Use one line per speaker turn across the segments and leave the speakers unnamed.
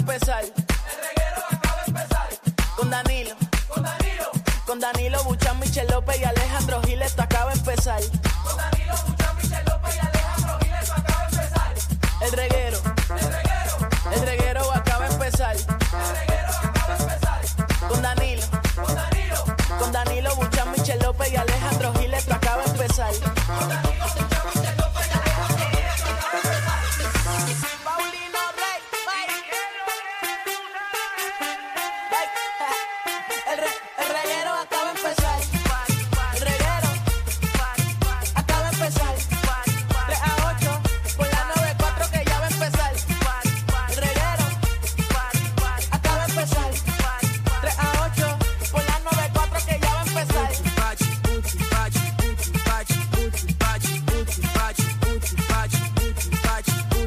empezar. El reguero acaba de empezar. Con Danilo. Con Danilo. Con Danilo Buchan, Michel López y Alejandro Giles, esto acaba de empezar. Con Danilo Buchan, Michel López y Alejandro Giles, esto acaba de empezar. El reguero. El reguero. El reguero acaba de empezar. El reguero acaba de empezar. Con Danilo. Con Danilo. Con Danilo Buchan, Michel López y Alejandro Giles, esto acaba de empezar. Paulino Rey, El, re, el reguero acaba de empezar. El reguero acaba de empezar. 3 a 8 por la 94 que ya va a empezar. El reguero acaba de empezar. 3 a 8 por la 94 que ya va a empezar.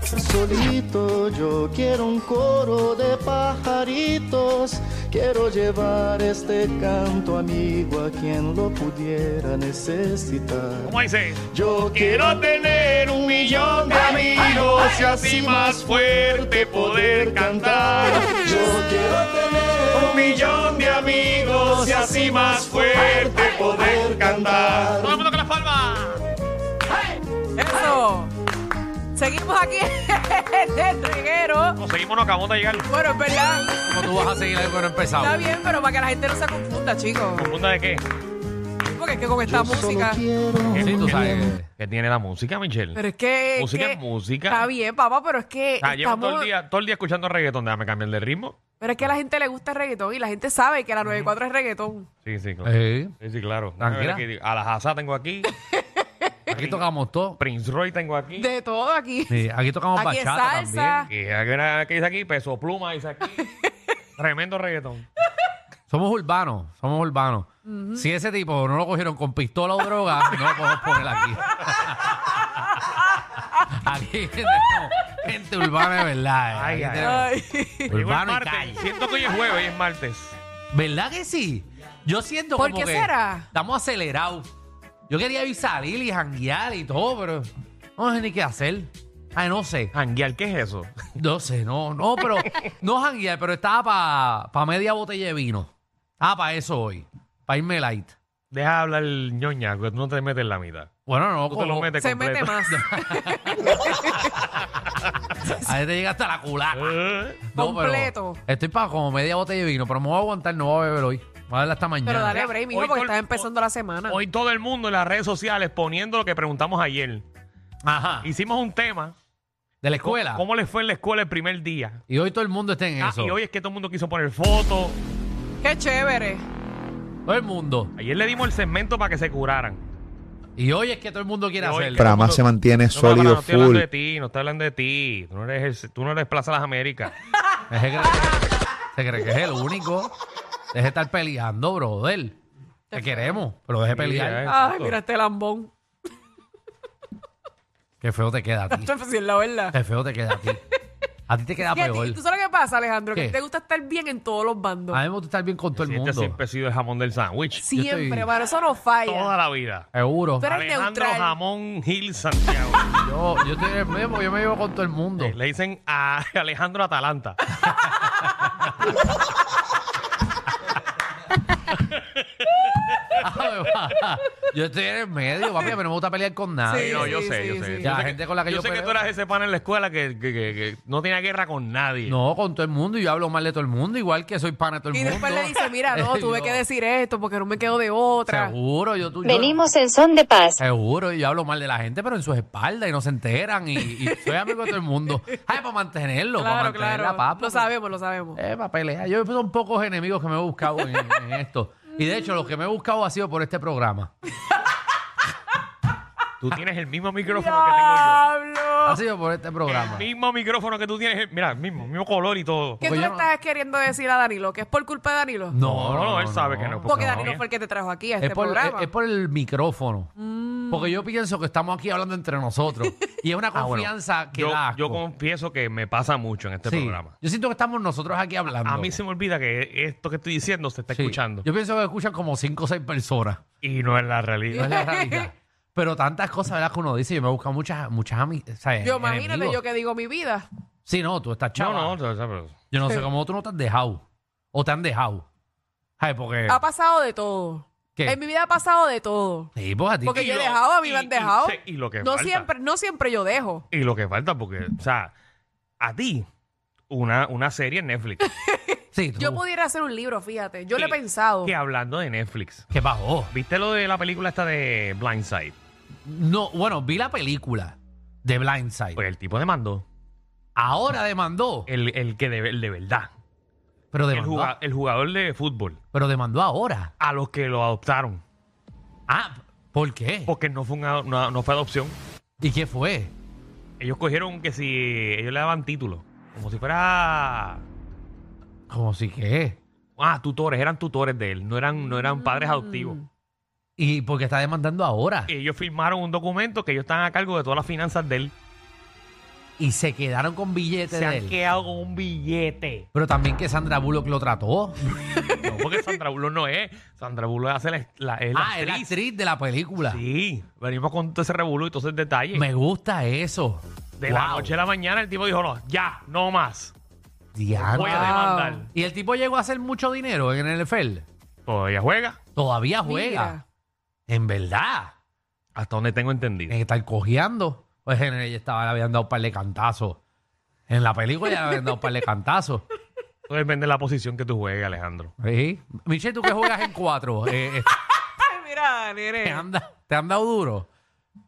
Solito yo quiero un coro de pajaritos, quiero llevar este canto amigo a quien lo pudiera necesitar.
¿Cómo dice?
Yo
Quiero tener un millón de amigos y así más fuerte poder cantar.
Yo quiero
Un millón de amigos y así más fuerte poder cantar. Todo el mundo con las palmas.
Eso. Seguimos aquí en el reguero.
Nos seguimos, nos acabamos de llegar.
Bueno, es verdad,
¿Cómo tú vas a seguir algo que no
está
empezado?
bien, pero para que la gente no se confunda, chicos.
¿Con bunda de qué?
Porque es que con esta
yo solo
música.
quiero
Sí, tú
¿Qué-
sabes que-
¿Qué tiene la música, Michelle?
Pero es que.
Música
que-
es música.
Está bien, papá, pero es que.
Ah, llevo
estamos-
todo el, día, todo el día escuchando reggaetón. Déjame cambiar de ritmo.
Pero es que a la gente le gusta el reggaetón y la gente sabe que la 94 es reggaetón.
Sí, sí, claro.
Eh,
Sí, sí, claro.
Tranquila.
A ver, aquí, A la Hazá tengo aquí.
aquí tocamos todo.
Prince Roy tengo aquí.
De todo aquí.
Sí, aquí tocamos
Aquí es
bachata
salsa.
también.
Y aquí una que dice aquí, peso pluma dice aquí. Tremendo reggaetón.
Somos urbanos, somos urbanos. Si ese tipo no lo cogieron con pistola o droga, no lo podemos poner aquí. aquí tenemos gente urbana de verdad. eh.
Ay,
Aquí
ay,
tenemos
Ay.
Llegó el
urbano y
martes.
calle.
Siento que hoy es jueves, hoy es martes.
¿Verdad que sí? Yo siento
¿Por
como
qué
que
será?
estamos acelerados. Yo quería ir salir y janguear y todo, pero no sé ni qué hacer. Ay, no sé.
Janguear, ¿qué es eso?
No sé, no, no, pero no janguear, pero estaba para media botella de vino. Ah, para eso hoy. Para irme light.
Deja de hablar ñoña, que tú no te metes en la mitad.
Bueno, no,
Tú te lo
como-
metes
Se
completo.
mete más.
A veces llega hasta la culata.
Eh,
No, pero
Completo.
estoy para como media botella de vino, pero me voy a aguantar, no voy a beber hoy. Voy a darle hasta mañana.
Pero dale
Mira,
break,
hoy
mijo, porque
col-
estás empezando la semana.
Hoy todo el mundo en las redes sociales poniendo lo que preguntamos ayer.
Ajá.
Hicimos un tema.
De la escuela.
¿Cómo les fue en la escuela el primer día?
Y hoy todo el mundo está en
Ah,
eso.
y hoy es que todo el mundo quiso poner fotos.
Qué chévere.
Todo el mundo.
Ayer le dimos el segmento para que se curaran.
Y hoy es que todo el mundo quiere
Y hoy-
hacerlo.
Fra-
Pramá se mantiene
No, no, no,
sólido,
no estoy hablando
full.
de ti, no estoy hablando de ti. Tú no eres, el- tú no eres Plaza Las Américas.
Se cree, se cree que es el único. Deje de estar peleando, brother. Te queremos, pero deje pelear.
eh.
Ay,
Exacto.
mira este lambón.
Qué feo te queda a ti.
Si es la verdad.
Qué feo te queda a ti. A ti te queda
Y a ti-
peor.
¿Tú sabes lo que pasa, Alejandro? Que
¿Qué?
te gusta estar bien en todos los bandos.
A
Ah,
mí me gusta estar bien con todo el
Si este
mundo.
siempre ha sido el jamón del sándwich.
Siempre,
estoy-
para eso no falla.
Toda la vida.
Seguro.
Tú eres
Alejandro
neutral.
Jamón Gil Santiago.
Yo, yo estoy en el mismo, yo me llevo con todo el mundo.
Le dicen a Alejandro Atalanta.
Ah, yo estoy en el medio, papi, pero no me gusta pelear con nadie.
Sí, no, yo
sí,
sé, yo
sí,
sé.
sí.
Yo
La
sé
gente con la que yo
sé que
peleo.
tú eras ese pan en la escuela que, que- que- que no tenía guerra con nadie.
No, con todo el mundo, y yo hablo mal de todo el mundo, igual que soy pana de todo el
Y
mundo.
después le dice, mira, no,
Eh,
tuve
yo-
que decir esto porque no me quedo de otra.
Seguro, yo tú. yo-
Venimos en son de paz.
Seguro, y yo hablo mal de la gente, pero en sus espaldas y no se enteran y, y soy amigo de todo el mundo. Ay, para mantenerlo, para
claro,
mantener
claro.
la papa.
Lo sabemos, lo sabemos.
Eh, para pelear. Yo son pocos enemigos que me he buscado en, en esto. Y de hecho, los que me he buscado ha sido por este programa.
Tú tienes el mismo micrófono que tengo
¡Diablo!
Ha sido por este
yo. El
programa.
mismo micrófono que tú tienes. el- Mira, el mismo, el mismo color y todo.
¿Qué tú
porque
le
yo no-
estás queriendo decir a Danilo? ¿Que es por culpa de Danilo?
No, no, él sabe que no.
Porque
no,
Danilo
bien.
fue el que te trajo aquí a este
es por,
programa.
es- es por el micrófono. Porque yo pienso que estamos aquí hablando entre nosotros. Y es una
Mm. Ah, bueno.
confianza que
yo,
da asco.
yo confieso que me pasa mucho en este
Sí.
programa.
Yo siento que estamos nosotros aquí hablando.
A mí se me olvida que esto que estoy diciendo se está
Sí.
escuchando.
Yo pienso que escuchan como cinco o seis personas.
Y no es la
No
realidad.
es la realidad. Pero tantas cosas, ¿verdad? Que uno dice, yo me he buscado muchas, muchas amistades.
yo imagínate yo que digo mi vida.
Sí, no, tú estás chavo.
No, no, o sea, pero-
Yo no sé cómo tú no te has dejado. O te han dejado. Ay, porque.
Ha pasado de todo.
¿Qué?
En mi vida ha pasado de todo.
Sí, pues a ti.
Porque
Y
yo he
lo-
dejado, a mí
y-
me han
y-
dejado.
sí, y lo que
no
falta.
siempre, no siempre yo dejo.
Y lo que falta, porque, o sea, a ti, una, una serie en Netflix.
Sí, tú.
Yo pudiera hacer un libro, fíjate. Yo lo he
Y-
pensado.
Que hablando de Netflix,
¿Qué pasó?
¿viste lo de la película esta de Blindside?
No, bueno, vi la película de Blindside.
Pues el tipo demandó.
Ahora demandó.
El, el que de, el de verdad.
Pero
El,
demandó,
juga- el jugador de fútbol.
pero demandó ahora.
A los que lo adoptaron.
Ah, ¿por qué?
Porque no fue, una- no- no fue adopción.
¿Y qué fue?
Ellos cogieron que si ellos le daban título. Como si fuera.
Como si que.
Ah, tutores, eran tutores de él, no eran, no eran padres adoptivos.
Mm. ¿Y por qué está demandando ahora?
Y ellos firmaron un documento que ellos están a cargo de todas las finanzas de él.
Y se quedaron con billetes
Se
de
han
él.
quedado con un billete.
Pero también que Sandra Bullock lo trató.
No, porque Sandra Bullock no es. Sandra Bullock hace la, la- es la
ah, es la
actriz.
actriz de la película.
Sí, venimos con todo ese revuelo y todos esos detalles.
Me gusta eso.
de la
Wow.
noche a la mañana el tipo dijo, no, ya, no más.
Diablo.
Voy a
Wow.
demandar.
Y el tipo llegó a hacer mucho dinero en el NFL.
Todavía juega,
Todavía juega.
Mira.
En verdad.
hasta donde tengo entendido.
Tiene que estar cojeando. Pues en ella estaba, le habían dado un par de cantazos. En la película ya le habían dado un par de cantazos.
Todo depende de la posición que tú juegues, Alejandro.
Sí. Michelle, tú que juegas en cuatro, eh, eh,
Ay, mira,
te,
nene.
han da- te han dado duro.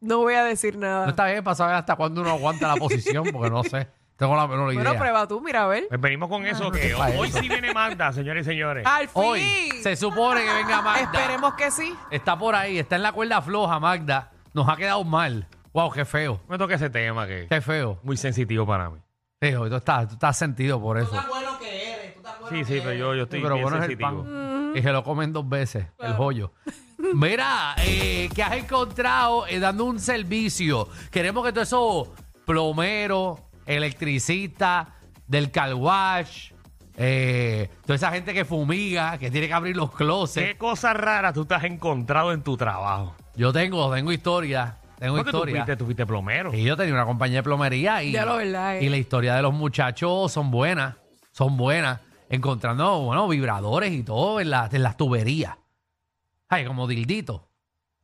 No voy a decir nada.
No está bien para saber hasta cuándo uno aguanta la posición, porque no sé. Tengo la menor idea.
bueno, prueba tú, mira, a ver.
Pues venimos
Ah,
con eso, que
para
hoy
eso.
sí viene Magda, señores y señores.
Ah.
Al fin.
Hoy se supone que venga Magda.
Esperemos que sí.
Está por ahí, está en la cuerda floja, Magda. Nos ha quedado mal. Wow, qué feo.
Me toca ese tema que es
Qué feo.
muy sensitivo para mí.
Feo, tú estás, tú estás sentido por eso.
Sí, sí, pero yo, yo estoy
Sí, pero
bien
bueno es el
sensitivo.
pan. Y se lo comen dos veces, el joyo. Mira, eh, ¿qué has encontrado eh, dando un servicio? Queremos que todos esos plomeros, electricistas, del carwash, eh, toda esa gente que fumiga, que tiene que abrir los closets.
¿Qué cosas raras tú te has encontrado en tu trabajo?
Yo tengo, tengo historia. Tengo
Porque tú
historia.
fuiste, tú fuiste plomero.
Y yo tenía una compañía de plomería y,
Ya lo verdad, eh.
y la historia de los muchachos son buenas, son buenas, encontrando, bueno, vibradores y todo en, las en las tuberías. Ay, como dilditos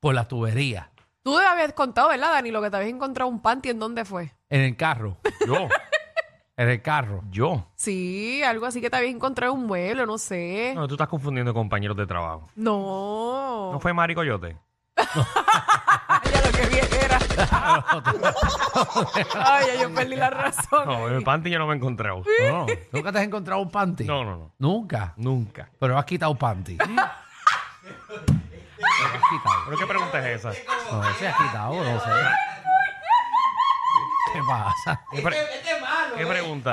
por las tuberías,
Tú te habías contado, ¿verdad, Dani? Lo que te habías encontrado un panty, ¿en dónde fue?
en el carro,
Yo,
en el carro.
yo.
Sí, algo así que te habías encontrado un mueble, no sé.
No, tú estás confundiendo compañeros de trabajo.
No.
¿No fue Mari Coyote?
Ay, ya lo que vi era. Ay, ya yo perdí la razón.
No, en el panty yo no me he encontrado.
No, ¿Nunca te has encontrado un panty?
No, no, no.
Nunca.
Nunca.
Pero has quitado panty. Pero has quitado.
¿Pero qué pregunta es esa?
No sé, has quitado, no sé. ¿Qué pasa?
¿Qué, pre- qué pregunta?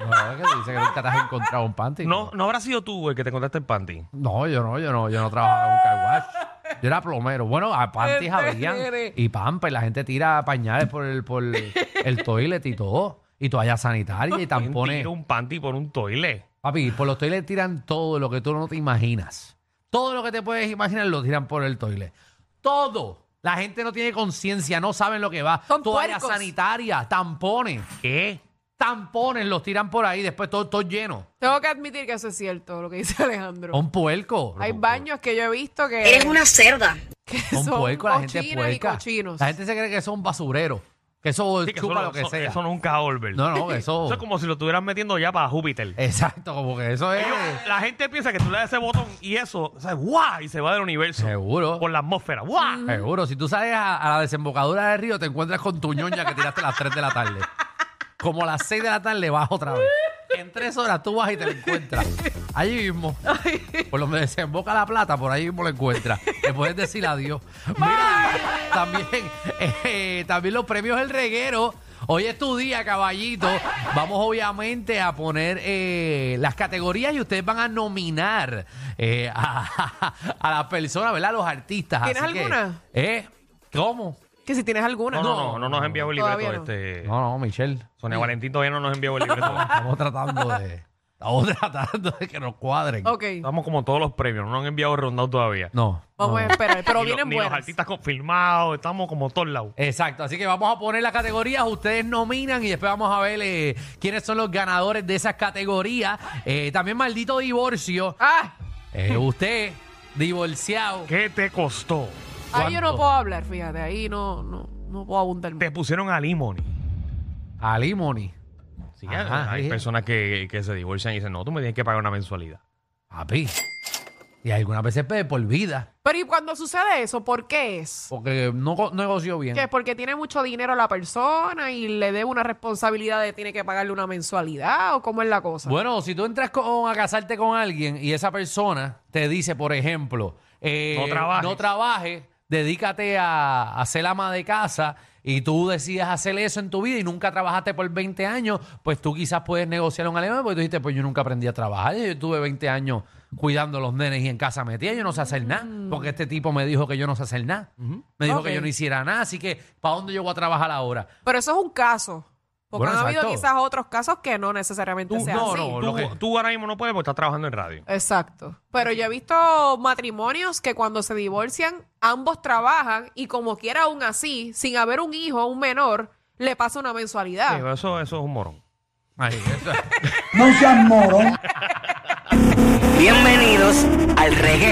No, es que dice que nunca te has encontrado un panty.
¿No, ¿No habrá sido tú el que te encontraste el panty?
No, yo no, yo no, yo no trabajaba en un carwash. Yo era plomero. Bueno, a panties
Este
habían
nene.
y pampa, y la gente tira pañales por el, por el toilet y todo. Y toallas sanitarias y
¿Quién
tampones.
tira un panty por un toile?
Papi, por los toilets tiran todo lo que tú no te imaginas. Todo lo que te puedes imaginar lo tiran por el toilet. Todo. La gente no tiene conciencia, no saben lo que va.
Son
toallas
puercos.
sanitarias, tampones.
¿Qué?
Tampones los tiran por ahí, después todo, todo lleno.
Tengo que admitir que eso es cierto, lo que dice Alejandro.
Un puerco.
Hay baños que yo he visto que.
Eres una cerda.
que
Son puercos, la gente es
cochinas y
puerca.
cochinos.
La gente se cree que son basureros, que eso
Sí, que
Pues chupa
eso, no-
lo que
eso-
sea.
eso nunca, Olver.
No, no, Eh, eso.
Eso es como si lo estuvieran metiendo ya para Júpiter.
Exacto, como que eso es.
Ellos- la gente piensa que tú le das ese botón y eso, o sea, ¡guau! Y se va del universo.
Seguro. Mm.
Por la atmósfera. ¡Guau!
Seguro, si tú sales a, a la desembocadura del río, te encuentras con tu ñoña que tiraste a las 3 de la tarde. Como a las 6 de la tarde vas otra vez. En 3 horas tú vas y te la encuentras. Allí mismo. Por donde desemboca la plata, por ahí mismo la encuentras. Le puedes decir adiós. Mira, también, eh, también los premios del reguero. Hoy es tu día, caballito. Vamos obviamente a poner eh, las categorías y ustedes van a nominar eh, a, a las personas, ¿verdad? A los artistas.
¿Tienes
Así que,
alguna?
¿Eh? ¿Cómo?
Que si tienes alguna.
No, no, no, no nos ha enviado el libreto
Todavía no.
este.
No, no, Michelle.
Sonia Valentín todavía no nos envió el libreto.
Estamos tratando de. Estamos tratando de que nos cuadren.
Ok,
Estamos como todos los premios, no nos han enviado el rondado todavía.
No.
vamos a
no.
esperar, pero
Ni lo-
vienen
ni los
buenas.
artistas confirmados, estamos como todos lados.
Exacto, así que vamos a poner las categorías, ustedes nominan y después vamos a ver eh, quiénes son los ganadores de esas categorías. Eh, también maldito divorcio.
Ah,
Eh, usted, divorciado.
¿Qué te costó?
ahí yo no
¿Cuánto?
puedo hablar, fíjate, ahí no, no, no puedo abundar
Te
mucho.
pusieron a Limoni.
Alimony.
Sí,
Ajá,
hay
sí.
personas que, que se divorcian y dicen, no, tú me tienes que pagar una mensualidad.
Papi. Y algunas veces pe- por vida.
Pero ¿y cuando sucede eso? ¿Por qué es?
Porque no co- negoció bien.
¿Qué? Porque tiene mucho dinero la persona y le debe una responsabilidad de tiene que pagarle una mensualidad o cómo es la cosa.
Bueno, si tú entras con- a casarte con alguien y esa persona te dice, por ejemplo, eh,
No trabajes.
no trabajes, dedícate a, a ser ama de casa y tú decides hacer eso en tu vida y nunca trabajaste por 20 años, pues tú quizás puedes negociar un alemán porque tú dijiste, pues yo nunca aprendí a trabajar, yo tuve 20 años cuidando a los nenes y en casa metía, yo no sé hacer nada, porque este tipo me dijo que yo no sé hacer nada, me dijo
Ok.
que yo no hiciera nada, así que ¿para dónde yo voy a trabajar ahora?
Pero eso es un caso. Porque
Bueno,
han habido
exacto.
quizás otros casos que no necesariamente
Tú-
sea
no,
así.
Tú,
no, lo que-
tú ahora mismo no puedes porque estás trabajando en radio.
Exacto. Pero yo he visto matrimonios que cuando se divorcian, ambos trabajan y como quiera aún así, sin haber un hijo, un menor, le pasa una
Sí,
mensualidad.
pero eso, eso es un morón.
Ay, eso-
No seas moro.
Bienvenidos al reggae.